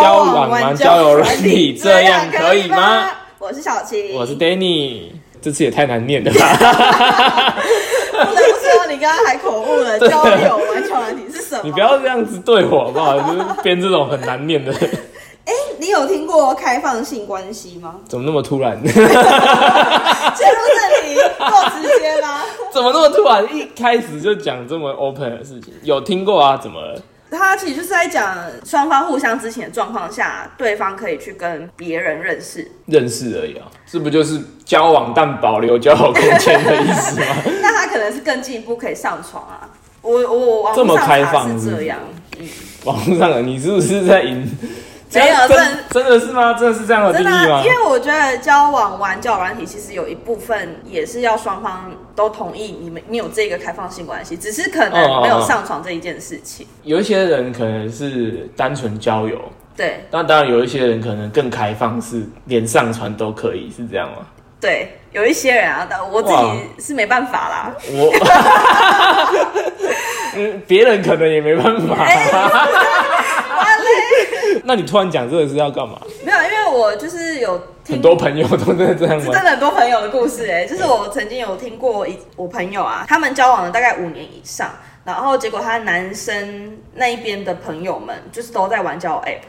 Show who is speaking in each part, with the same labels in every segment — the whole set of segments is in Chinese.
Speaker 1: 玩
Speaker 2: 交友
Speaker 1: 软
Speaker 2: 软体，这样可以吗？？
Speaker 1: 我是小琪，
Speaker 2: 我是 Danny，这次也太难念了吧？
Speaker 1: 不得不说，你刚刚还口误 了，交友玩交友软体是什么？
Speaker 2: 你不要这样子对我好不好？就是编这种很难念的，
Speaker 1: 你有听过开放性关系 吗？
Speaker 2: 怎么那么突然？
Speaker 1: 切入正题，够直接吗？
Speaker 2: 怎么那么突然？一开始就讲这么 open 的事情，有听过啊？怎么了？
Speaker 1: 他其实就是在讲双方互相知情的状况下，对方可以去跟别人认识。
Speaker 2: 认识而已啊？这不就是交往但保留交友空间的意思 吗？
Speaker 1: 那他可能是更进一步可以上床啊。我我我网
Speaker 2: 这么
Speaker 1: 络上
Speaker 2: 开
Speaker 1: 查
Speaker 2: 放
Speaker 1: 是
Speaker 2: 是不
Speaker 1: 这
Speaker 2: 是
Speaker 1: 样，嗯，
Speaker 2: 网络上的你是不是在引？
Speaker 1: 没有
Speaker 2: 真
Speaker 1: 认
Speaker 2: 真的是吗？真的是这样的定
Speaker 1: 真的
Speaker 2: 义
Speaker 1: 啊，
Speaker 2: 吗
Speaker 1: 因？为我觉得交往玩交友软体，其实有一部分也是要双方都同意你们你有这个开放性关系，只是可
Speaker 2: 哦哦
Speaker 1: 能
Speaker 2: 哦
Speaker 1: 没有上床这一件事情。
Speaker 2: 有一些人可能是单纯交友，
Speaker 1: 对
Speaker 2: 那当然有一些人可能更开放，是连上传都可以，是这样吗？
Speaker 1: 对，有一些人啊，但我自
Speaker 2: 哇
Speaker 1: 己是没办法啦。
Speaker 2: 我， 嗯，别人可能也没办法。 那你突然讲这个是要干嘛？
Speaker 1: 没有，因为我就是有听
Speaker 2: 很多朋友都在这样
Speaker 1: 是
Speaker 2: 玩
Speaker 1: 真。的很多朋友的故事哎、就是我曾经有听过一我朋友啊，他们交往了大概五年以上，然后结果他男生那一边的朋友们就是都在玩交友 app，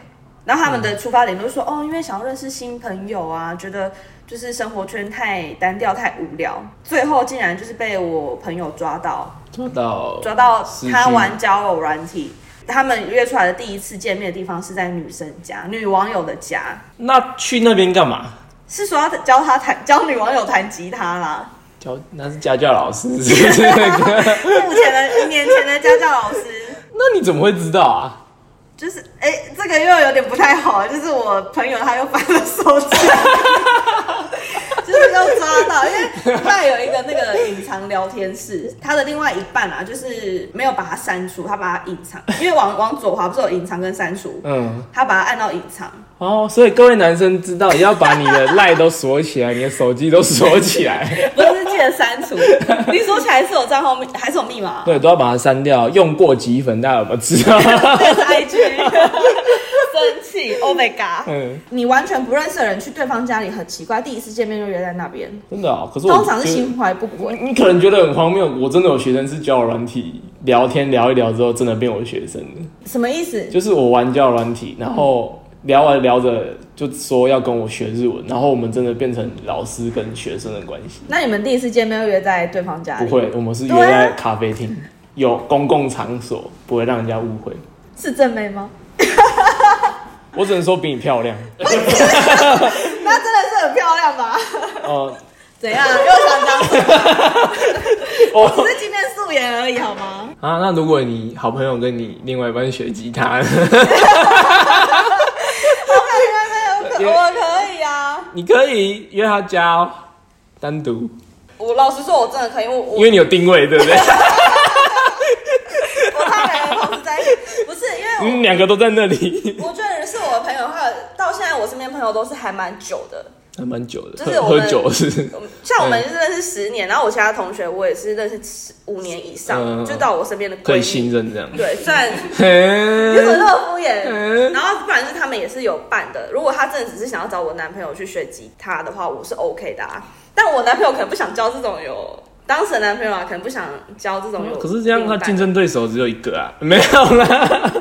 Speaker 1: 然后他们
Speaker 2: 嗯
Speaker 1: 的出发点都是说、哦，因为想要认识新朋友啊，觉得就是生活圈太单调太无聊，最后竟然就是被我朋友抓到，
Speaker 2: 抓到
Speaker 1: 抓到
Speaker 2: 哦失
Speaker 1: 他
Speaker 2: 去
Speaker 1: 玩交友软体。他们约出来的第一次见面的地方是在女生家，女网友的家，
Speaker 2: 那去那边干嘛？
Speaker 1: 是说要教他弹教女网友弹吉他啦。
Speaker 2: 教那是家教老师是 不是？
Speaker 1: 目前的一年前的家教老师，
Speaker 2: 那你怎么会知道啊？
Speaker 1: 就是哎、这个又有点不太好，就是我朋友他又翻了手机，就是又抓到，因为他有一个那个隐藏聊天室，他的另外一半啊，就是没有把它删除，他把它隐藏，因为往往左滑不是有隐藏跟删除，
Speaker 2: 嗯，
Speaker 1: 他把它按到隐藏，
Speaker 2: 哦，所以各位男生知道，也要把你的赖都锁起来，你的手机都锁起来，
Speaker 1: 不是记得删除，你说起来是有账号密还是有密 码、
Speaker 2: 对，都要把它删掉。用过几粉，大家有没有知道？
Speaker 1: 这是 IG，生气，Oh my god！
Speaker 2: 嗯，
Speaker 1: 你完全不认识的人去对方家里很奇怪，第一次见面就约在那边，
Speaker 2: 真的哦。可是我
Speaker 1: 通常是
Speaker 2: 觉得
Speaker 1: 心怀不轨。
Speaker 2: 你可能觉得很荒谬，我真的有学生是交友软体聊天聊一聊之后，真的变我学生了。
Speaker 1: 什么意思？
Speaker 2: 就是我玩交友软体，然后聊啊聊着就说要跟我学日文，然后我们真的变成老师跟学生的关系。
Speaker 1: 那你们第一次见面会约在对方家
Speaker 2: 不
Speaker 1: 里？
Speaker 2: 会，我们是约
Speaker 1: 对啊
Speaker 2: 在咖啡厅，有公共场所，不会让人家误会。
Speaker 1: 是正妹吗？
Speaker 2: 我只能说比你漂亮。
Speaker 1: 那真的是很漂亮吧？
Speaker 2: 呃，
Speaker 1: 怎样？又想讲什么？
Speaker 2: 哦
Speaker 1: 只是今天素颜而已，好 吗？
Speaker 2: 啊，那如果你好朋友跟你另外一半学吉他，
Speaker 1: 我可以，我可以啊！
Speaker 2: 你可以约他家、哦，单独，
Speaker 1: 我老实说，我真的可以，因为我
Speaker 2: 因为你有定位，对不对？
Speaker 1: 我怕两个同时在一起，不是因为我
Speaker 2: 你们嗯两个都在那里，
Speaker 1: 我觉得是我的朋友，还有到现在我身边朋友都是还蛮久的，
Speaker 2: 还蛮久的，
Speaker 1: 就是
Speaker 2: 喝
Speaker 1: 我
Speaker 2: 喝
Speaker 1: 们
Speaker 2: 酒是。
Speaker 1: 我们像我们
Speaker 2: 嗯
Speaker 1: 是认识十年，然后我其他同学我也是认识十五年以上，
Speaker 2: 嗯
Speaker 1: 就到我身边的
Speaker 2: 可
Speaker 1: 闺
Speaker 2: 以
Speaker 1: 蜜。
Speaker 2: 信 任这样，
Speaker 1: 对，虽然有点
Speaker 2: 嘿
Speaker 1: 那么敷衍，
Speaker 2: 嗯
Speaker 1: 然后不然就是他们也是有伴的。如果他真的只是想要找我男朋友去学吉他的话，我是 OK 的、啊。但我男朋友可能不想交这种有当时的男朋友啊，可能不想交这种有。
Speaker 2: 可是这样他竞
Speaker 1: 争，
Speaker 2: 争对手只有一个啊， 没有啦，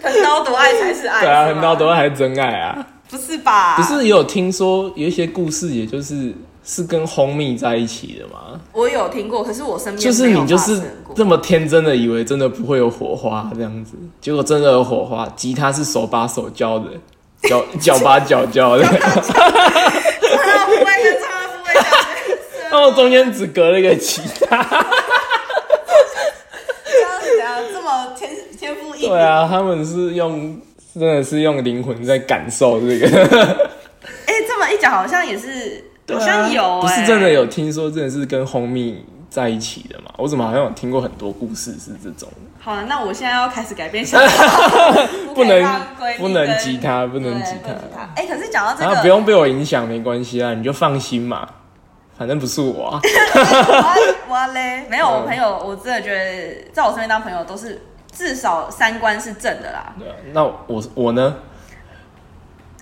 Speaker 1: 横刀夺爱才是爱。
Speaker 2: 对啊，
Speaker 1: 是吗
Speaker 2: 横刀夺爱还真爱啊。
Speaker 1: 不是吧？
Speaker 2: 不，是也有听说有一些故事，也就是是跟红蜜在一起的嘛，
Speaker 1: 我有听过，可是我身边
Speaker 2: 就是
Speaker 1: 没有
Speaker 2: 你就
Speaker 1: 发
Speaker 2: 是
Speaker 1: 生 过
Speaker 2: 这么天真的以为真的不会有火花这样子，结果真的有火花，吉他是手把手教的， 脚脚把脚教的，
Speaker 1: 他啊不会跟他不会讲。
Speaker 2: 他们哦中间只隔了一个吉他，
Speaker 1: 这样这么天天赋异
Speaker 2: 对
Speaker 1: 禀。
Speaker 2: 啊，他们是用真的是用灵魂在感受这个。
Speaker 1: 哎、这么一讲好像也是，好像有、欸，
Speaker 2: 啊不是真的。有听说，真的是跟红蜜在一起的嘛？我怎么好像有听过很多故事是这种的，
Speaker 1: 好了，那我现在要开始改变想法，
Speaker 2: 不
Speaker 1: 可以
Speaker 2: 能
Speaker 1: 让闺蜜
Speaker 2: 不能
Speaker 1: 跟
Speaker 2: 吉他，不
Speaker 1: 对
Speaker 2: 能吉
Speaker 1: 不
Speaker 2: 他
Speaker 1: 能，哎、可是讲到这
Speaker 2: 然
Speaker 1: 个，
Speaker 2: 后不用被我影响，没关系啊，你就放心嘛，反正不是我啊。
Speaker 1: 我我嘞，没有，我
Speaker 2: 嗯
Speaker 1: 朋友，我真的觉得在我身边当朋 友都是至少三观是正的啦。
Speaker 2: 对啊那我我呢？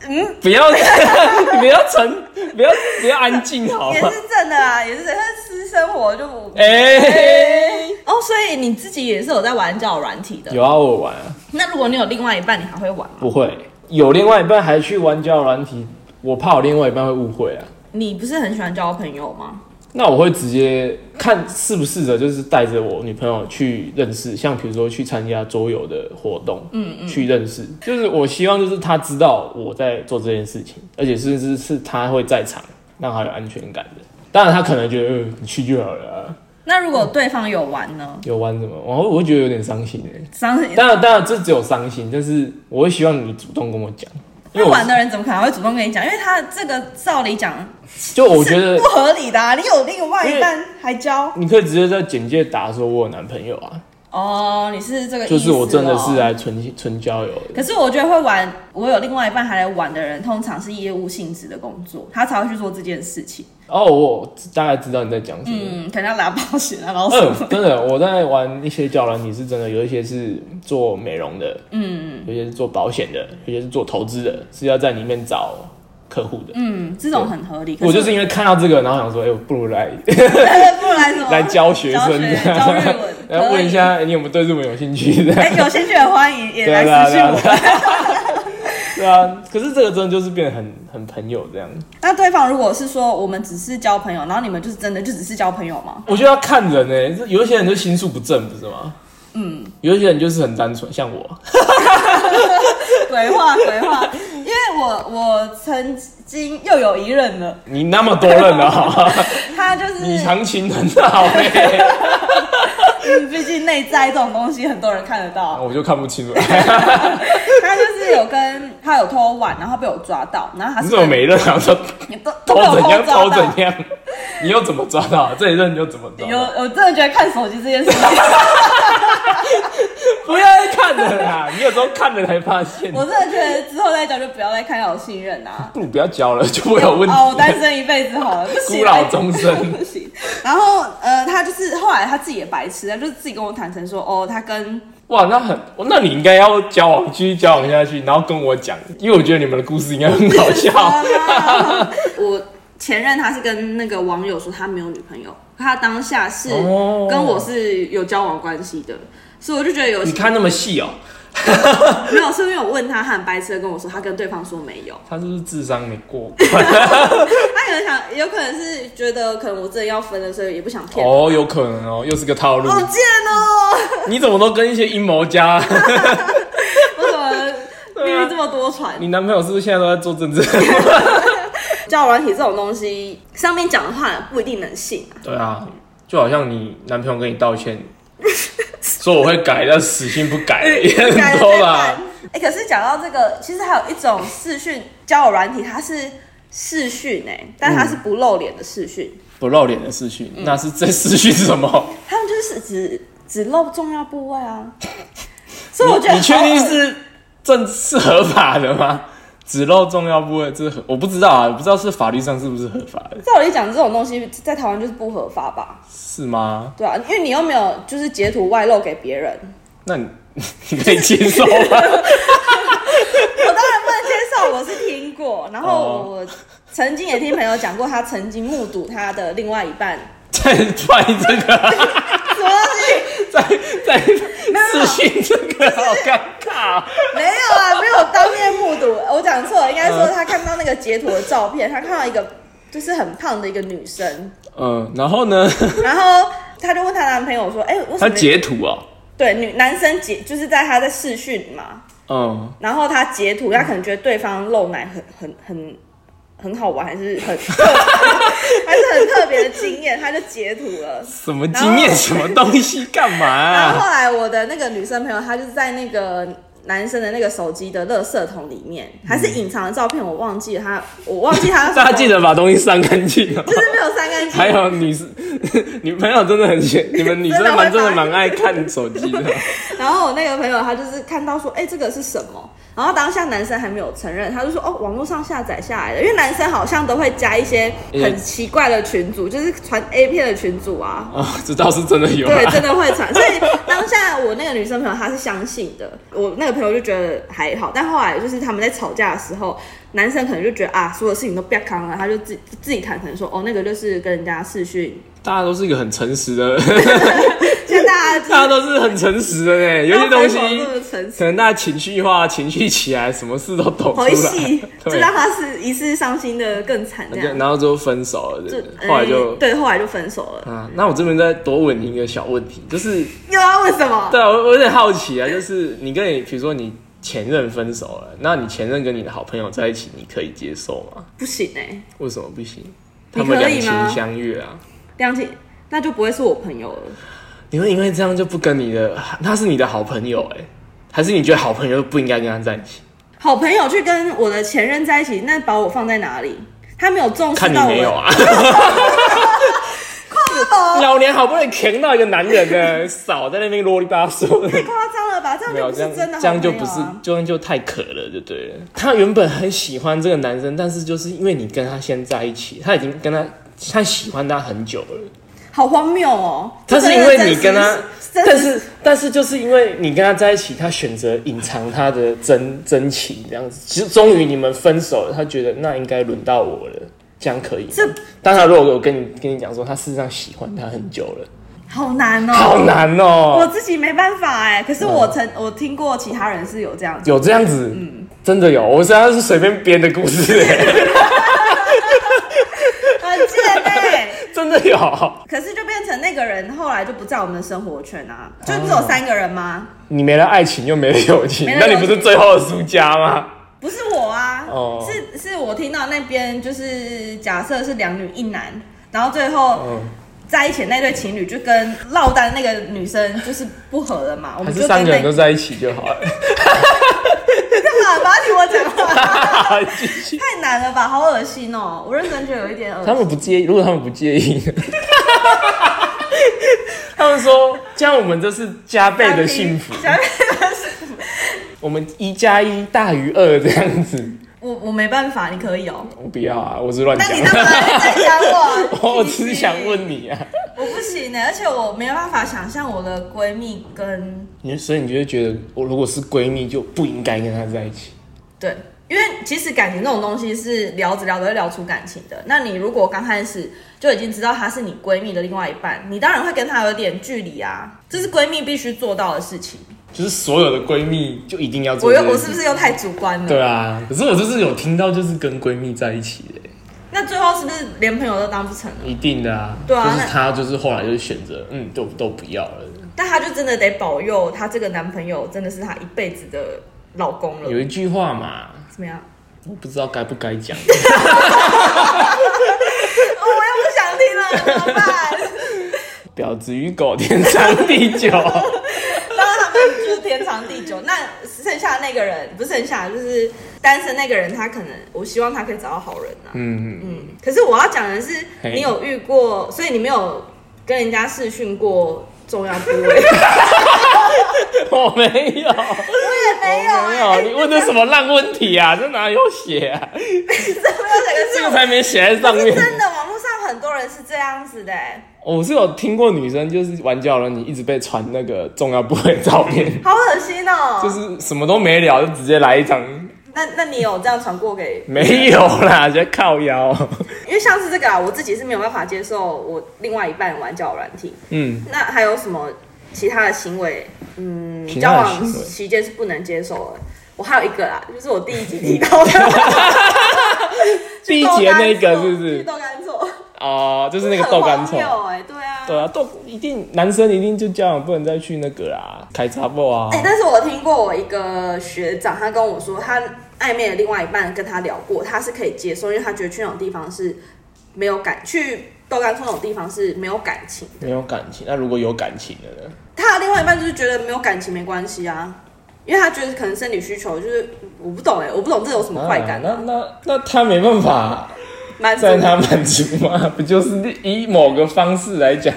Speaker 1: 嗯
Speaker 2: 不要， 你不要沉，不要不要安静好
Speaker 1: 也
Speaker 2: 吗？
Speaker 1: 是真的啊，也是真的，但是私生活 就不。
Speaker 2: 哎、
Speaker 1: 哦，所以你自己也是有在玩交友软体的。
Speaker 2: 有啊，我玩啊，
Speaker 1: 那如果你有另外一半，你还会玩吗？
Speaker 2: 不会有另外一半还去玩交友软体，我怕我另外一半会误会啊。
Speaker 1: 你不是很喜欢交朋友吗？
Speaker 2: 那我会直接看适不适合，就是带着我女朋友去认识，像比如说去参加桌游的活动，嗯嗯，去认识，就是我希望就是她知道我在做这件事情，而且甚至是她会在场，让她有安全感的。当然，她可能觉得，呃，你去就好了、啊，
Speaker 1: 那如果对方有玩呢？
Speaker 2: 有玩什么？然后我会觉得有点伤心哎、
Speaker 1: 伤心
Speaker 2: 当然，当然这只有伤心，但是我会希望你主动跟我讲，因
Speaker 1: 会
Speaker 2: 为我
Speaker 1: 玩的人怎么可能会主动跟你讲？因为他这个照理讲
Speaker 2: 就我觉得
Speaker 1: 是不合理的、啊，你有另外一半还交
Speaker 2: 你可以直接在简介打说我有男朋友啊，
Speaker 1: 哦，你是 这个意思、
Speaker 2: 就
Speaker 1: 哦？
Speaker 2: 是我真的是啊来纯纯交友的。
Speaker 1: 可是我觉得会玩，我有另外一半还来玩的人，通常是业务性质的工作，他才会去做这件事情。
Speaker 2: 哦，我大概知道你在讲什么。
Speaker 1: 嗯，可能要拿保险啊，然后什
Speaker 2: 嗯
Speaker 1: 么，
Speaker 2: 真的，我在玩一些交友软体，是真的有一些是做美容的，嗯，有一些是做保险的，有一些是做投资的，是要在里面找客户的。
Speaker 1: 嗯，这种很合理。可
Speaker 2: 我就是因为看到这个，然后想说，哎、我不如来
Speaker 1: 不然什么
Speaker 2: 来教学生，
Speaker 1: 教学教日文
Speaker 2: 来问一
Speaker 1: 可以。
Speaker 2: 下、哎你有没有对日本有兴趣的？
Speaker 1: 哎、有兴趣的欢迎也
Speaker 2: 对啊，
Speaker 1: 来私
Speaker 2: 对啊，对
Speaker 1: 信
Speaker 2: 啊
Speaker 1: 我。
Speaker 2: 对啊， 对啊。可是这个真的就是变得很很朋友这样。
Speaker 1: 那对方如果是说我们只是交朋友，然后你们就是真的就只是交朋友吗？
Speaker 2: 我觉得要看人呢、这有一些人就心术不正，不是吗？嗯，有一些人就是很单纯，像我，
Speaker 1: 鬼话鬼话，因为我我曾经又有一任了，
Speaker 2: 你那么多人啊，
Speaker 1: 他 就是
Speaker 2: 你行情很好哎、
Speaker 1: 嗯毕竟内在这种东西很多人看得到，
Speaker 2: 我就看 不清楚，
Speaker 1: 他就是有跟他有偷玩，然后被我抓到，然后他
Speaker 2: 你
Speaker 1: 是
Speaker 2: 怎么每一任好像
Speaker 1: 你都都
Speaker 2: 偷
Speaker 1: 被我
Speaker 2: 怎样
Speaker 1: 抓
Speaker 2: 偷
Speaker 1: 到
Speaker 2: 怎。 样，你又怎么抓到？这一任又怎么抓
Speaker 1: 有，
Speaker 2: 到？
Speaker 1: 我真的觉得看手机这件事情，
Speaker 2: 不要再看了啦，你有时候看了才发现，
Speaker 1: 我真的觉得之后再交就不要再看有信任啊。
Speaker 2: 不如不要交了，就不会有问题。
Speaker 1: 哦，我单身一辈子好了，不行，
Speaker 2: 孤老终生
Speaker 1: 不行。然后呃，他就是后来他自己也白痴啊，就是自己跟我坦诚说，哦，他跟
Speaker 2: 哇，那很，那你应该要交往，继续交往下去，然后跟我讲，因为我觉得你们的故事应该很搞 笑。
Speaker 1: 我前任他是跟那个网友说他没有女朋友，他当下是
Speaker 2: 哦
Speaker 1: 跟我是有交往关系的，所以我就觉得有
Speaker 2: 你看那么细哦、
Speaker 1: 没有，是因为我问他，他很白痴的跟我说，他跟对方说没有，
Speaker 2: 他是不是智商没过？
Speaker 1: 他可能想，有可能是觉得可能我真的要分了，所以也不想骗。
Speaker 2: 哦，有可能哦，又是个套路
Speaker 1: 好。贱哦！
Speaker 2: 你怎么都跟一些阴谋家？
Speaker 1: 为什么命运这么多舛？
Speaker 2: 啊你男朋友是不是现在都在做政治？
Speaker 1: 交友软体这种东西，上面讲的话不一定能信啊。
Speaker 2: 对啊，就好像你男朋友跟你道歉， 说我会改，但死性不改，也
Speaker 1: 嗯
Speaker 2: 很多吧？
Speaker 1: 哎、可是讲到这个，其实还有一种视讯交友软体，它是视讯哎、但它是不露脸的视讯，
Speaker 2: 不露脸的视讯，
Speaker 1: 嗯
Speaker 2: 那是这视讯是什么？
Speaker 1: 他们就是只只露重要部位 啊。所以 我觉得
Speaker 2: 你确定
Speaker 1: 好恶
Speaker 2: 是正是合法的吗？只露重要部位，这是合我不知道啊，我不知道是法律上是不是合法的，
Speaker 1: 照理讲，这种东西在台湾就是不合法吧？
Speaker 2: 是吗？
Speaker 1: 对啊，因为你又没有就是截图外露给别人，
Speaker 2: 那你 你可以接 受吗？
Speaker 1: 我当然不能接受。我是听过，然后
Speaker 2: 哦
Speaker 1: 我曾经也听朋友讲过，他曾经目睹他的另外一半，
Speaker 2: 再踹这 个，
Speaker 1: 什么东西？
Speaker 2: 再再
Speaker 1: 没有
Speaker 2: 视讯这个，好尴尬哦。
Speaker 1: 没有啊，没有当面目睹。我讲错了，应该说他看到那个截图的照片，他看到一个就是很胖的一个女生，
Speaker 2: 嗯，然后呢？
Speaker 1: 然后他就问她男朋友说：“哎、为什
Speaker 2: 他
Speaker 1: 么
Speaker 2: 截图哦，
Speaker 1: 对女男生截就是在他在视讯嘛，
Speaker 2: 嗯，
Speaker 1: 然后他截图，他可能觉得对方露奶很很很很好玩，还是很 还是很特别的经验，他就截图了。
Speaker 2: 什么经验，
Speaker 1: 然后
Speaker 2: 什么东西，干嘛
Speaker 1: 然后
Speaker 2: 啊？
Speaker 1: 后来我的那个女生朋友，她就是在那个男生的那个手机的垃圾桶里面，还是隐藏的照片，我忘记了她，我忘记 她
Speaker 2: 大家记得把东西删干净哦。
Speaker 1: 就是没有删干净。
Speaker 2: 还有女生， 女朋友真的很闲，你们女生蛮
Speaker 1: 真
Speaker 2: 真
Speaker 1: 的
Speaker 2: 的
Speaker 1: 会发
Speaker 2: 蛮爱看手机的。
Speaker 1: 然后我那个朋友他就是看到说，哎、这个是什么？然后当下男生还没有承认，他就说，哦，网络上下载下来的。因为男生好像都会加一些很奇怪的群组，就是传 A 片的群组啊。
Speaker 2: 哦，这倒是真的有
Speaker 1: 对，
Speaker 2: 啊。
Speaker 1: 真的会传，所以当下我那个女生朋友她是相信的，我那个朋友就觉得还好，但后来就是他们在吵架的时候，男生可能就觉得啊，所有事情都不要扛了，他就自自己谈，可能说哦，那个就是跟人家视 讯。
Speaker 2: 大家都是一个很诚实的，
Speaker 1: 现在大家
Speaker 2: 大家都是很诚实的 呢。有些东西
Speaker 1: 不要分手这么诚
Speaker 2: 可
Speaker 1: 实，
Speaker 2: 能大家情绪化，情绪起来，什么事都抖出
Speaker 1: 回
Speaker 2: 来
Speaker 1: 戏，就
Speaker 2: 对，
Speaker 1: 让他是一次伤心的更惨这样。
Speaker 2: 然后就分手了，
Speaker 1: 就
Speaker 2: 对后来就
Speaker 1: 嗯对，后来就分手了。
Speaker 2: 啊，那我这边再多问你一个小问题，就是
Speaker 1: 又要问什么？
Speaker 2: 对啊我我有点好奇啊，就是你跟你比如说你前任分手了，那你前任跟你的好朋友在一起，你可以接受吗？
Speaker 1: 不行哎、
Speaker 2: 为什么不行？
Speaker 1: 你
Speaker 2: 他
Speaker 1: 可以吗
Speaker 2: 们两情相悦啊，
Speaker 1: 亮姐，那就不会是我朋友了。
Speaker 2: 你会因为这样就不跟你的他是你的好朋友哎、还是你觉得好朋友不应该跟他在一起？
Speaker 1: 好朋友去跟我的前任在一起，那把我放在哪里？他没有重
Speaker 2: 看
Speaker 1: 视
Speaker 2: 你
Speaker 1: 到我
Speaker 2: 没有
Speaker 1: 的，
Speaker 2: 啊， 老娘好不容易扛到一个男人呢，少在那边啰里吧嗦。
Speaker 1: 太夸张了吧？这样
Speaker 2: 没
Speaker 1: 就
Speaker 2: 有
Speaker 1: 不
Speaker 2: 这样
Speaker 1: 是真的好朋友、啊，
Speaker 2: 这样就不是，这样就太渴了，就对了。她原本很喜欢这个男生，但是就是因为你跟他先在一起，她已经跟他，她喜欢他很久了。
Speaker 1: 好荒谬哦！
Speaker 2: 但是因为你跟他，
Speaker 1: 这
Speaker 2: 但
Speaker 1: 真的
Speaker 2: 是但是就是因为你跟他在一起，他选择隐藏他的真真情，这样子。其实终于你们分手了，他觉得那应该轮到我了，这样可以吗。
Speaker 1: 这
Speaker 2: 但他如果我跟你跟你讲说，他事实上喜欢他很久了，
Speaker 1: 好难哦，
Speaker 2: 好难
Speaker 1: 我
Speaker 2: 哦、嗯
Speaker 1: 自己没办法哎。可是我曾我听过其他人是有这样子，
Speaker 2: 有这样子，
Speaker 1: 嗯
Speaker 2: 真的有，我实际上是随便编的故事、欸。
Speaker 1: 很贱哎。
Speaker 2: 真的有，
Speaker 1: 可是就变成那个人后来就不在我们的生活圈啊，就不是有三个人吗？
Speaker 2: 你没了爱情又没了友情
Speaker 1: 没，了
Speaker 2: 那
Speaker 1: 友情
Speaker 2: 你不是最后的输家吗？
Speaker 1: 不是我啊，
Speaker 2: 哦
Speaker 1: 是是我听到那边就是假设是两女一男，然后最后
Speaker 2: 嗯，
Speaker 1: 在一起的那对情侣就跟落单那个女生就是不合了嘛，我
Speaker 2: 还
Speaker 1: 们
Speaker 2: 是
Speaker 1: 就
Speaker 2: 三
Speaker 1: 跟
Speaker 2: 个
Speaker 1: 那
Speaker 2: 人 都
Speaker 1: 干
Speaker 2: 在一起就好了。
Speaker 1: 嘛把你我讲话
Speaker 2: 继续
Speaker 1: 太难了吧，好恶心哦，我认真觉得有一点恶
Speaker 2: 他
Speaker 1: 心。
Speaker 2: 们不介意，如果他们不介意， 他们说这样我们这是加倍的幸福，
Speaker 1: 加倍
Speaker 2: 我们一加一大于二这样子。
Speaker 1: 我我没办法，你可以 哦。
Speaker 2: 我不要啊，我是乱
Speaker 1: 那
Speaker 2: 讲
Speaker 1: 你。干嘛在讲我？
Speaker 2: 我只是想，问你啊，
Speaker 1: 我不行欸呢，而且我没有办法想象我的闺蜜跟
Speaker 2: 你所以你就会觉得，我如果是闺蜜就不应该跟她在一起。
Speaker 1: 对，因为其实感情这种东西是聊着聊着会聊出感情的。那你如果刚开始就已经知道她是你闺蜜的另外一半，你当然会跟她有点距离啊，这是闺蜜必须做到的事情。
Speaker 2: 就是所有的闺蜜就一定要做
Speaker 1: 我
Speaker 2: 这
Speaker 1: 又
Speaker 2: 件事。
Speaker 1: 我是不是又太主观了？
Speaker 2: 对啊，可是我就是有听到，就是跟闺蜜在一起的，
Speaker 1: 那最后是不是连朋友都当不成了？
Speaker 2: 一定的啊。
Speaker 1: 对啊
Speaker 2: 就是
Speaker 1: 那
Speaker 2: 她就是后来就是选择，嗯，都都不要了。
Speaker 1: 但她就真的得保佑她这个男朋友真的是她一辈子的老公了
Speaker 2: 有。一句话嘛，
Speaker 1: 怎么样？
Speaker 2: 我不知道该不该讲，
Speaker 1: 哦，我又不想听了，怎么办？
Speaker 2: 婊子与狗天长地久。
Speaker 1: 然后他们就是天长地久。那剩下那个人不是剩下，就是单身那个人，他可能我希望他可以找到好人啊。
Speaker 2: 嗯，
Speaker 1: 嗯，可是我要讲的是，
Speaker 2: 嘿
Speaker 1: 你有遇过，所以你没有跟人家试训过重要部 位，
Speaker 2: 我 没有，
Speaker 1: 没有
Speaker 2: 哦
Speaker 1: 哎
Speaker 2: 没有，啊你问的什么烂问题啊？这哪有写啊？
Speaker 1: 可
Speaker 2: 这
Speaker 1: 是
Speaker 2: 个
Speaker 1: 我
Speaker 2: 才没写在上面。哦
Speaker 1: 真的网络上很多人是这样子的、欸，
Speaker 2: 我是有听过女生就是玩交了，你一直被传那个重要部位的照片，
Speaker 1: 好恶心 哦、
Speaker 2: 就是什么都没聊，就直接来一张，
Speaker 1: 那那你有这样传过给？
Speaker 2: 没有啦，直接靠腰。
Speaker 1: 因为像是这个啊，我自己是没有办法接受我另外一半玩交友软体。
Speaker 2: 嗯。
Speaker 1: 那还有什么其他的行为？嗯，
Speaker 2: 其
Speaker 1: 交
Speaker 2: 他的行
Speaker 1: 往
Speaker 2: 为
Speaker 1: 期间是不能接受的。我还有一个啦，就是我第一集提到 的
Speaker 2: 第一节那个是不
Speaker 1: 去
Speaker 2: 是？
Speaker 1: 豆干错，
Speaker 2: 哦，就是那个豆干
Speaker 1: 很荒
Speaker 2: 臭。
Speaker 1: 谬哎，对啊，
Speaker 2: 对啊，豆一定男生一定就交往不能再去那个啦，开杂报啊
Speaker 1: 哎、。但是我听过我一个学长，他跟我说，他暧昧的另外一半跟他聊过，他是可以接受，因为他觉得去那种地方是没有感，去豆干错那种地方是没有感情。
Speaker 2: 没有感情，那如果有感情的呢？
Speaker 1: 他的另外一半就是觉得没有感情没关系啊，因为他觉得可能生理需求就是我不懂哎、我不懂这有什么坏
Speaker 2: 啊
Speaker 1: 感、
Speaker 2: 那那那他没办法
Speaker 1: 满足
Speaker 2: 让他满足吗？ 不就是以某个方式来讲，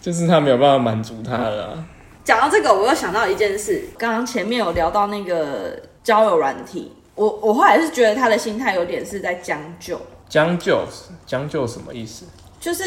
Speaker 2: 就是他没有办法满足他了啊、
Speaker 1: 讲到这个，我又想到一件事，刚刚前面有聊到那个交友软体，我我后来是觉得他的心态有点是在将就，
Speaker 2: 将就将就什么意思？
Speaker 1: 就是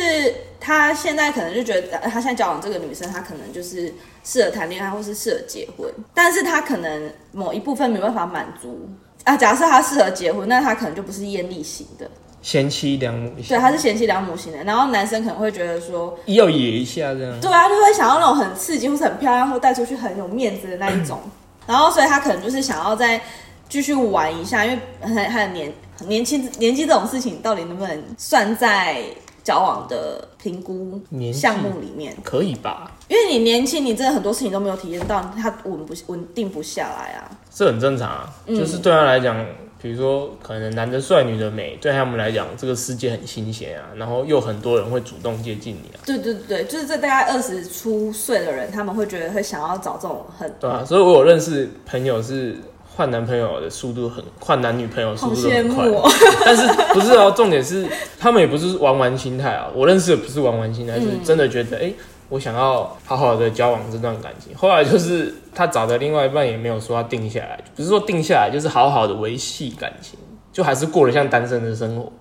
Speaker 1: 他现在可能就觉得呃他现在交往这个女生，他可能就是适合谈恋爱或是适合结婚，但是他可能某一部分没办法满足。啊，假设他适合结婚，那他可能就不是艳丽型的，
Speaker 2: 贤妻良母一
Speaker 1: 对，
Speaker 2: 下，
Speaker 1: 他是贤妻良母型的。然后男生可能会觉得说，
Speaker 2: 要野一下这样。
Speaker 1: 对啊，就会想要那种很刺激或是很漂亮或带出去很有面子的那一种。然后所以他可能就是想要再继续玩一下，因为很很年年轻年纪这种事情到底能不能算在交往的评估
Speaker 2: 年纪
Speaker 1: 项目里面？
Speaker 2: 可以吧？
Speaker 1: 因为你年轻，你真的很多事情都没有体验到，他稳不稳定不下来啊。
Speaker 2: 这很正常啊，就是对他来讲，比如说可能男的帅，女的美，对他们来讲，这个世界很新鲜啊，然后又很多人会主动接近你啊，
Speaker 1: 对对对，就是这大概二十出岁的人，他们会觉得会想要找这种很
Speaker 2: 对啊，所以我有认识朋友是换男朋友的速度很，换男女朋友速
Speaker 1: 好
Speaker 2: 度都
Speaker 1: 羡
Speaker 2: 很
Speaker 1: 慕、
Speaker 2: 快，
Speaker 1: 哦，
Speaker 2: 但是不是哦？重点是他们也不是玩玩心态啊，我认识的不是玩玩心
Speaker 1: 嗯
Speaker 2: 态，是真的觉得哎、诶我想要好好的交往这段感情。后来就是他找的另外一半也没有说要定下来，不是说定下来，就是好好的维系感情，就还是过得像单身的生活。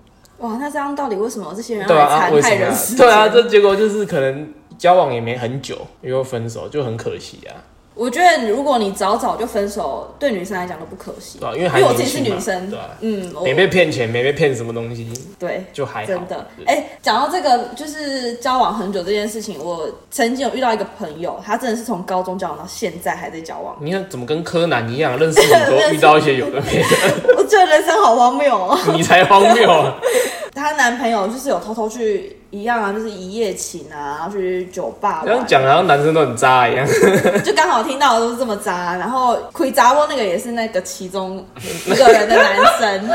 Speaker 1: 哇，那这样到底为什么这些人要
Speaker 2: 对啊，啊
Speaker 1: 来
Speaker 2: 为
Speaker 1: 残害
Speaker 2: 什么
Speaker 1: 人
Speaker 2: 啊
Speaker 1: 世？？
Speaker 2: 对啊，这结果就是可能交往也没很久，又分手，就很可惜啊。
Speaker 1: 我觉得如果你早早就分手，对女生来讲都不可惜。
Speaker 2: 对啊，因为
Speaker 1: 因
Speaker 2: 还
Speaker 1: 为我
Speaker 2: 年
Speaker 1: 自己是
Speaker 2: 轻嘛
Speaker 1: 女生，
Speaker 2: 对啊，
Speaker 1: 嗯，我
Speaker 2: 没被骗钱，没被骗什么东西，
Speaker 1: 对。
Speaker 2: 就还好。
Speaker 1: 真的
Speaker 2: 对，
Speaker 1: 哎、讲到这个，就是交往很久这件事情，我曾经有遇到一个朋友，他真的是从高中交往到现在还在交往，
Speaker 2: 你看，怎么跟柯南一样，认识很多， 遇到一些有的没的，
Speaker 1: 我觉得人生好荒谬哦。
Speaker 2: 你才荒谬 啊！
Speaker 1: 她男朋友就是有偷偷去一样啊，就是一夜情啊，然啊后去酒吧
Speaker 2: 这样
Speaker 1: 玩，
Speaker 2: 讲好像男生都很渣一样，
Speaker 1: 就刚好听到的都是这么渣。然后奎扎沃那个也是那个其中一个人的男生，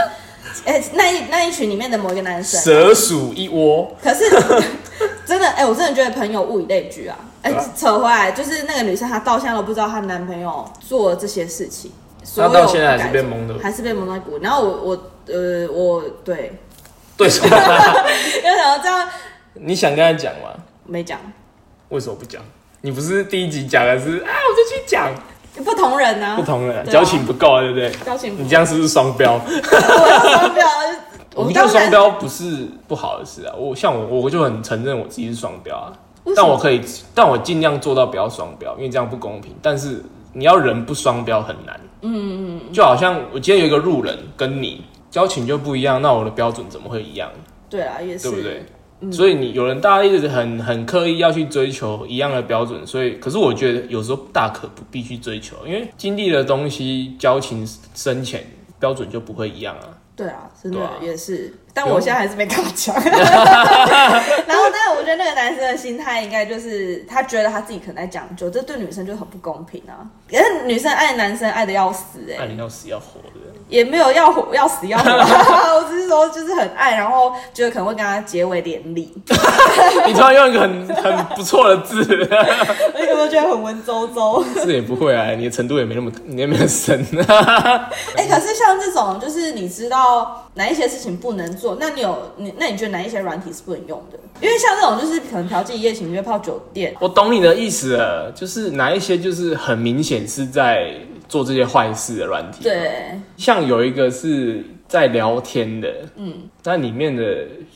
Speaker 1: 哎、那一那一群里面的某一个男生，
Speaker 2: 蛇鼠一窝。
Speaker 1: 可是真的，哎、我真的觉得朋友物以类聚啊。哎、
Speaker 2: 对啊
Speaker 1: 扯回来，就是那个女生，她到现在都不知道她男朋友做了这些事情，所
Speaker 2: 她
Speaker 1: 有
Speaker 2: 到现在还
Speaker 1: 改
Speaker 2: 是被蒙的
Speaker 1: 还是被蒙在鼓。然后我我呃我对，
Speaker 2: 对什么啊？
Speaker 1: 因为想要这样
Speaker 2: 你想跟他讲吗？
Speaker 1: 没讲，
Speaker 2: 为什么不讲？你不是第一集讲的是啊，我就去 讲，
Speaker 1: 不同人啊，
Speaker 2: 不同人啊
Speaker 1: 对啊
Speaker 2: 交情不够，啊，对不对？
Speaker 1: 交情不
Speaker 2: 你这样是不是双标？
Speaker 1: 我要双标，啊我
Speaker 2: 我觉
Speaker 1: 当
Speaker 2: 得
Speaker 1: 然
Speaker 2: 双标不是不好的事啊。我像我，我就很承认我自己是双标啊。
Speaker 1: 为什
Speaker 2: 但
Speaker 1: 么
Speaker 2: 我可以，但我尽量做到不要双标，因为这样不公平。但是你要人不双标很难。嗯嗯。就好像我今天有一个路人跟你交情就不一样，那我的标准怎么会一样？
Speaker 1: 对啊，也是嗯
Speaker 2: 对不对？所以你有人大家一直很很刻意要去追求一样的标准，所以可是我觉得有时候大可不必去追求，因为经历的东西交情深浅标准就不会一样啊。
Speaker 1: 对啊，真的、
Speaker 2: 对啊
Speaker 1: 也是。但我现在还是没跟他 讲。然后，但是我觉得那个男生的心态应该就是他觉得他自己可能在讲究，这对女生就很不公平啊。可是女生爱男生爱的要死哎、
Speaker 2: 爱你要死要活的。
Speaker 1: 也没有要活要死要 活，我只是说就是很爱，然后觉得可能会跟他结为连理，
Speaker 2: 你突然用一个很很不错的字，
Speaker 1: 而且我觉得很文绉 绉。
Speaker 2: 这也不会啊，你的程度也没那么，你也没那么深。啊
Speaker 1: 哎、可是像这种就是你知道哪一些事情不能做，那你有你那你觉得哪一些软体是不能用的？因为像这种就是可能调剂一夜情、约炮、酒店，
Speaker 2: 我懂你的意思了，就是哪一些就是很明显是在做这些坏事的软体，，
Speaker 1: 对，
Speaker 2: 像有一个是在聊天的，嗯，那里面的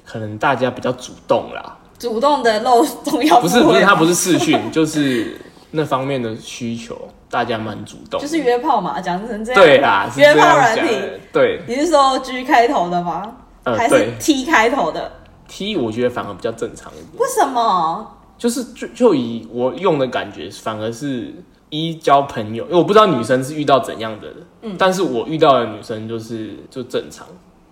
Speaker 2: 可能大家比较主动啦，
Speaker 1: 主动的露重要
Speaker 2: 不
Speaker 1: 部
Speaker 2: 是
Speaker 1: 位，
Speaker 2: 不是，他不是视讯， 就是那方面的需求，大家蛮主动，
Speaker 1: 就是约炮嘛，讲成这样。
Speaker 2: 对啦，是
Speaker 1: 约
Speaker 2: 这
Speaker 1: 炮
Speaker 2: 样
Speaker 1: 软
Speaker 2: 讲
Speaker 1: 体
Speaker 2: 的，对
Speaker 1: 你是说 G 开头的吗？
Speaker 2: 呃
Speaker 1: 还
Speaker 2: 对
Speaker 1: 是 T 开头的？
Speaker 2: T，我觉得反而比较正常一点。
Speaker 1: 为什么？
Speaker 2: 就是就就以我用的感觉，反而是一交朋友，因为我不知道女生是遇到怎样的人，
Speaker 1: 嗯
Speaker 2: 但是我遇到的女生就是就正常，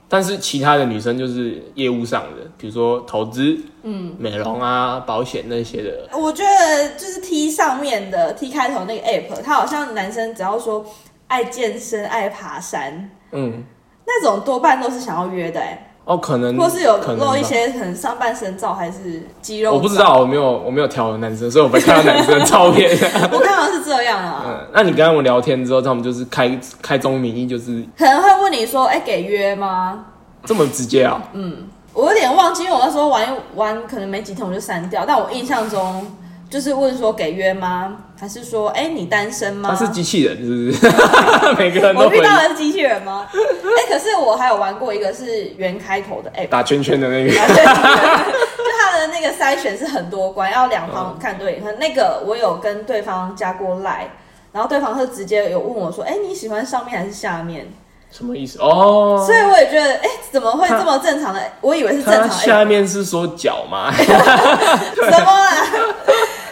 Speaker 2: 但是其他的女生就是业务上的，比如说投资，嗯，美容啊、保险那些的，
Speaker 1: 我觉得就是 T 上面的 T 开头那个 app，它好像男生只要说爱健身、爱爬山，
Speaker 2: 嗯，
Speaker 1: 那种多半都是想要约的、欸，
Speaker 2: 哦，可能
Speaker 1: 或是有
Speaker 2: 可能吧
Speaker 1: 露一些可能上半身照还是肌肉。
Speaker 2: 我不知，道，我没有我没有挑男生，所以我没看到男 生的照片。
Speaker 1: 我看到是这样啊，
Speaker 2: 嗯，那你跟他们聊天之后，他们就是开开宗明义，就是
Speaker 1: 可能会问你说，哎、给约吗？
Speaker 2: 这么直接啊、
Speaker 1: 嗯我有点忘记，因为我那时候玩一玩，可能没几天我就删掉。但我印象中就是问说给约吗？还是说哎、你单身
Speaker 2: 他
Speaker 1: 吗？
Speaker 2: 是机器人，是不是？ 每个人都
Speaker 1: 我
Speaker 2: 回
Speaker 1: 遇到的是机器人吗？哎、可是我还有玩过一个是圆开头的 app，
Speaker 2: 打圈圈的 那个。哎
Speaker 1: 就它的那个筛选是很多关，要两
Speaker 2: 哦
Speaker 1: 方看对眼。可那个我有跟对方加过 line，然后对方是直接有问我说，哎、你喜欢上面还是下面？
Speaker 2: 什么意思？哦，
Speaker 1: 所以我也觉得，哎、怎么会这么正常的？我以为是正常
Speaker 2: 他
Speaker 1: 的
Speaker 2: 下面是说脚嘛？
Speaker 1: app，什么啦？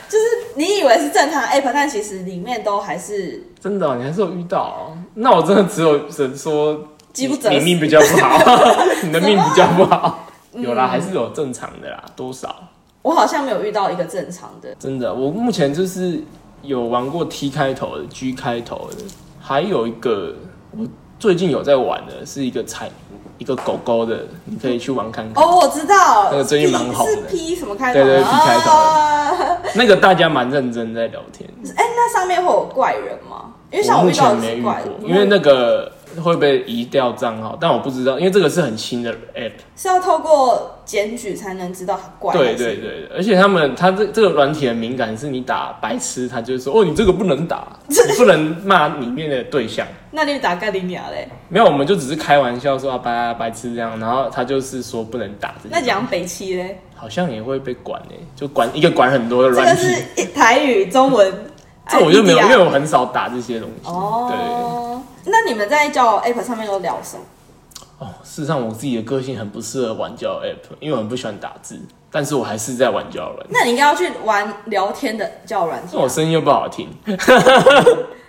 Speaker 1: 就是你以为是正常的 app，但其实里面都还是
Speaker 2: 真的哦、你还是有遇到哦、那我真的只有只能说
Speaker 1: 饥不择
Speaker 2: 你
Speaker 1: 食
Speaker 2: 你命比较不 好，你的命比较不好。有
Speaker 1: 嗯
Speaker 2: 啦，还是有正常的啦，多少？
Speaker 1: 我好像没有遇到一个正常的。
Speaker 2: 真的，我目前就是有玩过 T 开头的、G 开头的，还有一个我最近有在玩的，是一个彩一个狗狗的，你可以去玩看看。
Speaker 1: 哦，我知道，
Speaker 2: 那个最近蛮红的
Speaker 1: 是 P 什么开头啊的？
Speaker 2: 对对，P 开头的
Speaker 1: 啊
Speaker 2: 那个大家蛮认真在聊天，
Speaker 1: 哎、那上面会有怪人吗？因为像
Speaker 2: 我
Speaker 1: 我
Speaker 2: 目
Speaker 1: 遇到
Speaker 2: 前
Speaker 1: 的
Speaker 2: 没
Speaker 1: 是
Speaker 2: 遇
Speaker 1: 怪
Speaker 2: 过
Speaker 1: 人，，
Speaker 2: 因为那个会被移掉账号，但我不知道，因为这个是很新的 app。
Speaker 1: 是要透过检举才能知道他怪。
Speaker 2: 对对，对，而且他们他这这个软体的敏感是你打白痴，他就会说哦你这个不 能打，你不能骂里面的对象。
Speaker 1: 那你打盖里尼亚嘞？
Speaker 2: 没有，我们就只是开玩笑说啊白啊白痴这样，然后他就是说不能打这些。
Speaker 1: 那讲北七嘞？
Speaker 2: 好像也会被管诶、就管一个管很多的
Speaker 1: 这个
Speaker 2: 软体。
Speaker 1: 是台语、中文，
Speaker 2: 这我就没有，
Speaker 1: 哎
Speaker 2: 因为我很少打这些东西。对。
Speaker 1: 哦。那你们在交友 App 上面都聊什么？
Speaker 2: 哦，事实上我自己的个性很不适合玩交友 app，因为我很不喜欢打字，但是我还是在玩交友软件。
Speaker 1: 那你应该要去玩聊天的交友软件
Speaker 2: 那我声音又不好听，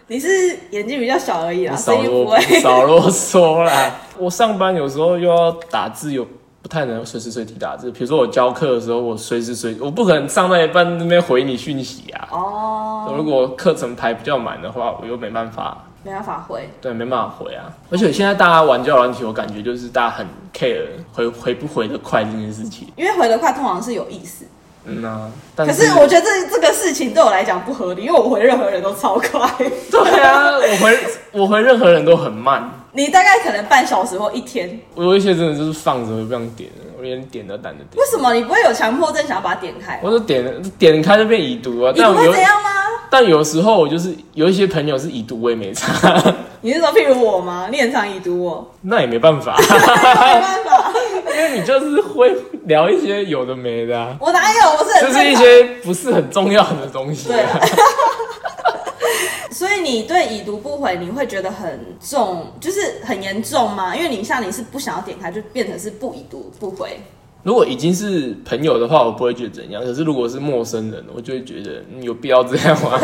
Speaker 1: 你是眼睛比较小而已啦，
Speaker 2: 少
Speaker 1: 啊声音不
Speaker 2: 啰
Speaker 1: 会。
Speaker 2: 少啰嗦啦。我上班有时候又要打字，又不太能随时随地打字。比如说我教课的时候，我随时随我不可能上到一半那边回你讯息啊。
Speaker 1: 哦，
Speaker 2: 如果课程排比较满的话，我又没办法，
Speaker 1: 没办法回。
Speaker 2: 对，没办法回啊。而且现在大家玩交友软体，我感觉就是大家很 care 回回不回得快这件事情。
Speaker 1: 因为回得快通常是有意思，
Speaker 2: 嗯啊，但
Speaker 1: 可
Speaker 2: 是
Speaker 1: 是我觉得这这个事情对我来讲不合理，因为我回任何人都超快，
Speaker 2: 对啊，我回我回任何人都很慢。
Speaker 1: 你大概可能半小时或一天，
Speaker 2: 我有一些真的就是放着我也不想点了，我连点都懒得点
Speaker 1: 为。什么你不会有强迫症想要把它点开？
Speaker 2: 我就点了点开就变已读啊，
Speaker 1: 你
Speaker 2: 但
Speaker 1: 不
Speaker 2: 我
Speaker 1: 会
Speaker 2: 有
Speaker 1: 这样吗？
Speaker 2: 但有时候我就是有一些朋友是已读我也没差，
Speaker 1: 你是说譬如我吗？你很常已读我，
Speaker 2: 那也没 办法，
Speaker 1: 没办法，
Speaker 2: 因为你就是会聊一些有的没的、啊，
Speaker 1: 我哪有？我是很
Speaker 2: 就是一
Speaker 1: 正
Speaker 2: 些不是很重要的东西、
Speaker 1: 对
Speaker 2: 啊
Speaker 1: 啊。常所以你对已读不回，你会觉得很重，就是很严重吗？因为你像你是不想要点开，就变成是不已读不回。
Speaker 2: 如果已经是朋友的话，我不会觉得怎样；可是如果是陌生人，我就会觉得、嗯、有必要这样吗？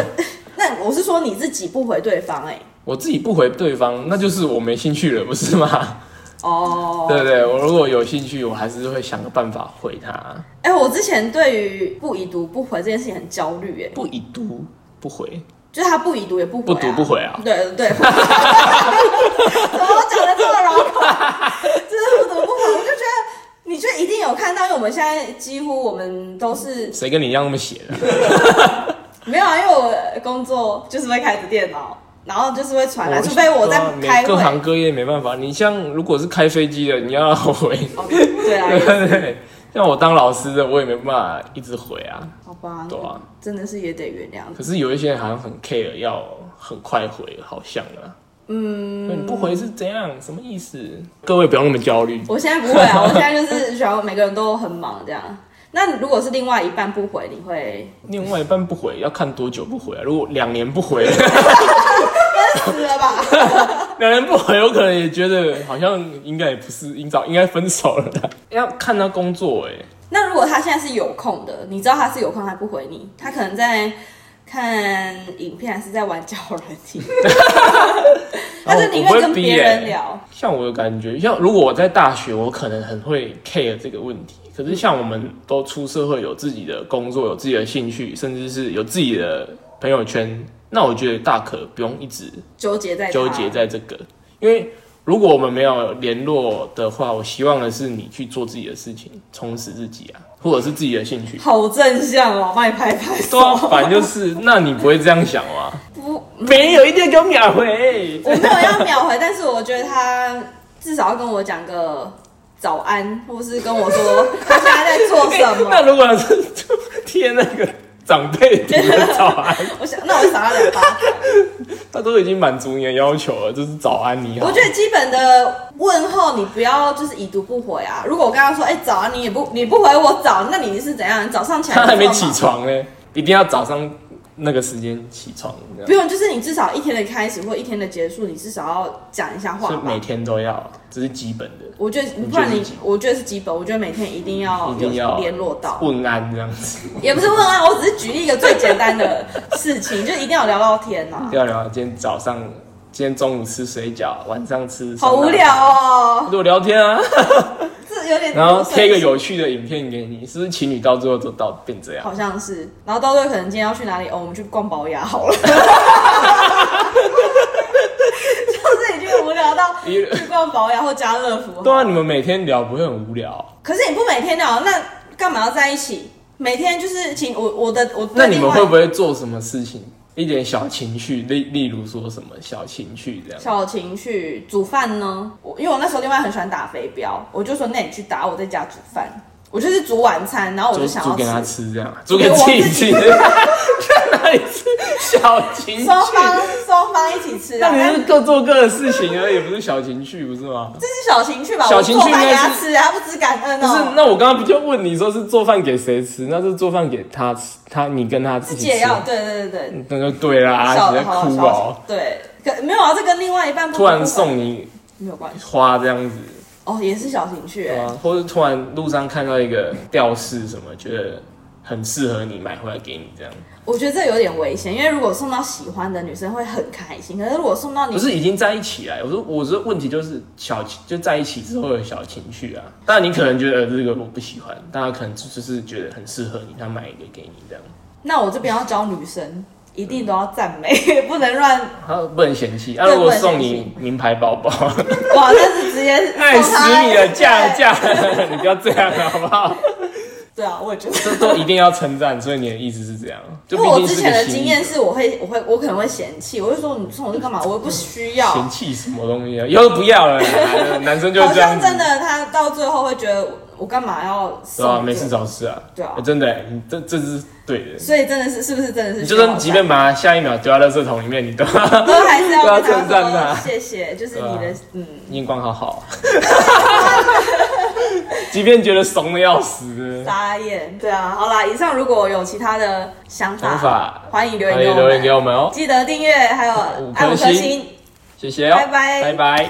Speaker 1: 那我是说你自己不回对方、哎，
Speaker 2: 我自己不回对方，那就是我没兴趣了，不是吗？
Speaker 1: 哦，
Speaker 2: 对不对？我如果有兴趣，我还是会想个办法回他，
Speaker 1: 哎、我之前对于不已读不回这件事情很焦虑，哎，
Speaker 2: 不已读不回，
Speaker 1: 就是他不已读也不回、啊，
Speaker 2: 不读不回啊。
Speaker 1: 对对，不 怎么我讲的这么绕口？就是不读不回，我就觉得你就一定有看到，因为我们现在几乎我们都是
Speaker 2: 谁跟你一样那么写的啊、
Speaker 1: 没有啊，因为我工作就是会开着电脑，然后就是会传来，除非我在
Speaker 2: 对啊
Speaker 1: 开
Speaker 2: 每各行
Speaker 1: 会。
Speaker 2: 各业没办法。你像如果是开飞机的，你要回，
Speaker 1: 哦对啊，
Speaker 2: 对不对？像我当老师的，我也没办法一直回啊。
Speaker 1: 好吧，
Speaker 2: 对啊
Speaker 1: 真的是也得原谅。
Speaker 2: 可是有一些人好像很 care，要很快回，好像啊。嗯，你不回是怎样？什么意思？各位不要那么焦虑。
Speaker 1: 我现在不会啊，我现在就是觉得每个人都很忙这样。那如果是另外一半不回，你会
Speaker 2: 另外一半不回，要看多久不回啊？如果两年不回，
Speaker 1: 死了吧？
Speaker 2: 两年不回，我可能也觉得好像应该也不是，应早应该分手了啦。 要看他工作哎、
Speaker 1: 那如果他现在是有空的，你知道他是有空，他不回你，他可能在看影片，还是在玩交友软 体，他
Speaker 2: 哦
Speaker 1: 就宁愿跟别人聊。
Speaker 2: 像我的感觉，像如果我在大学，我可能很会 care 这个问题。可是像我们都出社会，有自己的工作，有自己的兴趣，甚至是有自己的朋友圈，那我觉得大可不用一直
Speaker 1: 纠结在他
Speaker 2: 纠结在这个， 因为如果我们没有联络的话，我希望的是你去做自己的事情，充实自己啊，或者是自己的兴趣。
Speaker 1: 好正向哦，帮你拍拍手。
Speaker 2: 对啊，反正就是，那你不会这样想啊吗？
Speaker 1: 不，
Speaker 2: 没有，一定要给我秒回。
Speaker 1: 我没有要秒回，但是我觉得他至少要跟我讲个早安，或是跟我说他现在在做什么。
Speaker 2: 那如果是贴那个长辈图的早安，
Speaker 1: 我想，那我就赏他两巴掌。
Speaker 2: 他都已经满足你的要求了，就是早安你好。
Speaker 1: 我觉得基本的问候，你不要就是已读不回啊。如果我刚刚说，哎、早啊，你也不你不回我早，那你是怎样？你早上起来
Speaker 2: 他还没
Speaker 1: 做吗
Speaker 2: 起，床呢，一定要早上那个时间起床，这
Speaker 1: 不
Speaker 2: 样
Speaker 1: 用，就是你至少一天的开始或一天的结束，你至少要讲一下话
Speaker 2: 是
Speaker 1: 吧
Speaker 2: 每。天都要，这是基本的，
Speaker 1: 我觉得，
Speaker 2: 你觉得
Speaker 1: 不然你
Speaker 2: 是几，
Speaker 1: 我觉得是基本，我觉得每天一定要
Speaker 2: 一
Speaker 1: 有
Speaker 2: 定要
Speaker 1: 联络到，
Speaker 2: 问安这样子。
Speaker 1: 也不是问啊，我只是举例一个最简单的事情，就一定要聊到天啊呐、
Speaker 2: 要聊今天早上，今天中午吃水饺，晚上吃
Speaker 1: 好无聊
Speaker 2: 哦。
Speaker 1: 哦，
Speaker 2: 就聊 天啊，
Speaker 1: 这有点
Speaker 2: 然后贴一个
Speaker 1: 有，
Speaker 2: 有趣的影片给你，是不是情侣到最后都到变这样？
Speaker 1: 好像是，然后到最后可能今天要去哪里哦，我们去逛保养 好了，就是已经无聊到
Speaker 2: 一
Speaker 1: 去逛保养或家乐福好了，
Speaker 2: 对啊，你们每天聊不会很无聊？
Speaker 1: 可是你不每天聊，那干嘛要在一起？每天就是请我我的我
Speaker 2: 那你们会不
Speaker 1: 会
Speaker 2: 会做什么事情？一点小情绪，例例如说什么小情绪这样？
Speaker 1: 小情绪煮饭呢？我因为我那时候另外很喜欢打肥膘，我就说那你去打，我在家煮饭。我就是煮晚餐，然后我
Speaker 2: 煮
Speaker 1: 就想
Speaker 2: 煮
Speaker 1: 要
Speaker 2: 给他
Speaker 1: 吃
Speaker 2: 吃这样，
Speaker 1: 煮
Speaker 2: 煮
Speaker 1: 给
Speaker 2: 给
Speaker 1: 我
Speaker 2: 自己
Speaker 1: 自己
Speaker 2: 吃， 在哪里吃小情绪？
Speaker 1: 双方双方一起吃啊，
Speaker 2: 那你们
Speaker 1: 但
Speaker 2: 是各做各的事情而已，不是小情绪，不是吗？
Speaker 1: 这是小情绪吧？
Speaker 2: 小情
Speaker 1: 我
Speaker 2: 绪
Speaker 1: 做饭给他
Speaker 2: 应该是
Speaker 1: 吃啊，他不知感恩
Speaker 2: 不是，
Speaker 1: 哦。
Speaker 2: 那我刚刚不就问你说是做饭给谁吃？那是做饭给他吃，他你跟他
Speaker 1: 自
Speaker 2: 自己
Speaker 1: 己
Speaker 2: 吃嗯
Speaker 1: 也，要对对对对，
Speaker 2: 那就对啦，
Speaker 1: 小
Speaker 2: 你在
Speaker 1: 好
Speaker 2: 哭
Speaker 1: 小
Speaker 2: 哦。
Speaker 1: 对，可没有啊，这跟另外一半不
Speaker 2: 突然
Speaker 1: 不
Speaker 2: 送你
Speaker 1: 没有关系
Speaker 2: 花这样子，
Speaker 1: 哦，也是小情绪
Speaker 2: 对
Speaker 1: 欸，
Speaker 2: 啊，或者突然路上看到一个吊饰什么，觉得很适合你，买回来给你这样。
Speaker 1: 我觉得这有点危险，因为如果送到喜欢的女生会很开心，可是如果送到你
Speaker 2: 不是已经在一起了？我说我说问题就是小就在一起之后的小情绪啊。当然你可能觉得呃这个我不喜欢，但他可能就是觉得很适合你，他买一个给你这样，
Speaker 1: 那我这边要教女生，一定都要赞美， 不能乱
Speaker 2: 他不能嫌弃。啊，
Speaker 1: 对
Speaker 2: 如果
Speaker 1: 不能
Speaker 2: 送
Speaker 1: 嫌
Speaker 2: 你名牌包包，
Speaker 1: 哇，那是直接
Speaker 2: 爱
Speaker 1: 送她
Speaker 2: 死你了，嫁
Speaker 1: 对
Speaker 2: 嫁，你不要这样好不好？
Speaker 1: 对啊，我也觉得。
Speaker 2: 这都一定要称赞，所以你的意思是这样？就
Speaker 1: 因
Speaker 2: 毕
Speaker 1: 为我
Speaker 2: 竟
Speaker 1: 之
Speaker 2: 是
Speaker 1: 前
Speaker 2: 个
Speaker 1: 的
Speaker 2: 心意
Speaker 1: 经验是，我会，我会，我可能会嫌弃，我就说你送我这干嘛？我又不需要。
Speaker 2: 嫌弃什么东西啊，以后不要了啦，男生嗯就是
Speaker 1: 好
Speaker 2: 这样
Speaker 1: 像
Speaker 2: 子
Speaker 1: 真。的，他到最后会觉得我干嘛要
Speaker 2: 对啊，
Speaker 1: 送？
Speaker 2: 没事。找事啊！
Speaker 1: 对啊
Speaker 2: 欸真的欸，你这这是对的。
Speaker 1: 所以真的是，是不是真的是
Speaker 2: 你
Speaker 1: 需
Speaker 2: 就
Speaker 1: 要赞？
Speaker 2: 算即便把它下一秒丢在垃圾桶里面，你都
Speaker 1: 都还是要
Speaker 2: 都要
Speaker 1: 跟
Speaker 2: 称赞
Speaker 1: 他说
Speaker 2: 他
Speaker 1: 谢谢，就是你的
Speaker 2: 对，啊
Speaker 1: 嗯，
Speaker 2: 眼光 好好。即便觉得怂的要死，
Speaker 1: 傻眼。对啊，好啦，以上如果有其他的想法，
Speaker 2: 想法
Speaker 1: 欢迎留
Speaker 2: 欢
Speaker 1: 言给
Speaker 2: 迎
Speaker 1: 我
Speaker 2: 留言
Speaker 1: 们
Speaker 2: 给。我们哦，
Speaker 1: 记得订阅，还有
Speaker 2: 五颗
Speaker 1: 按五颗
Speaker 2: 星
Speaker 1: 星。
Speaker 2: 谢谢哦，
Speaker 1: 拜拜
Speaker 2: 拜拜。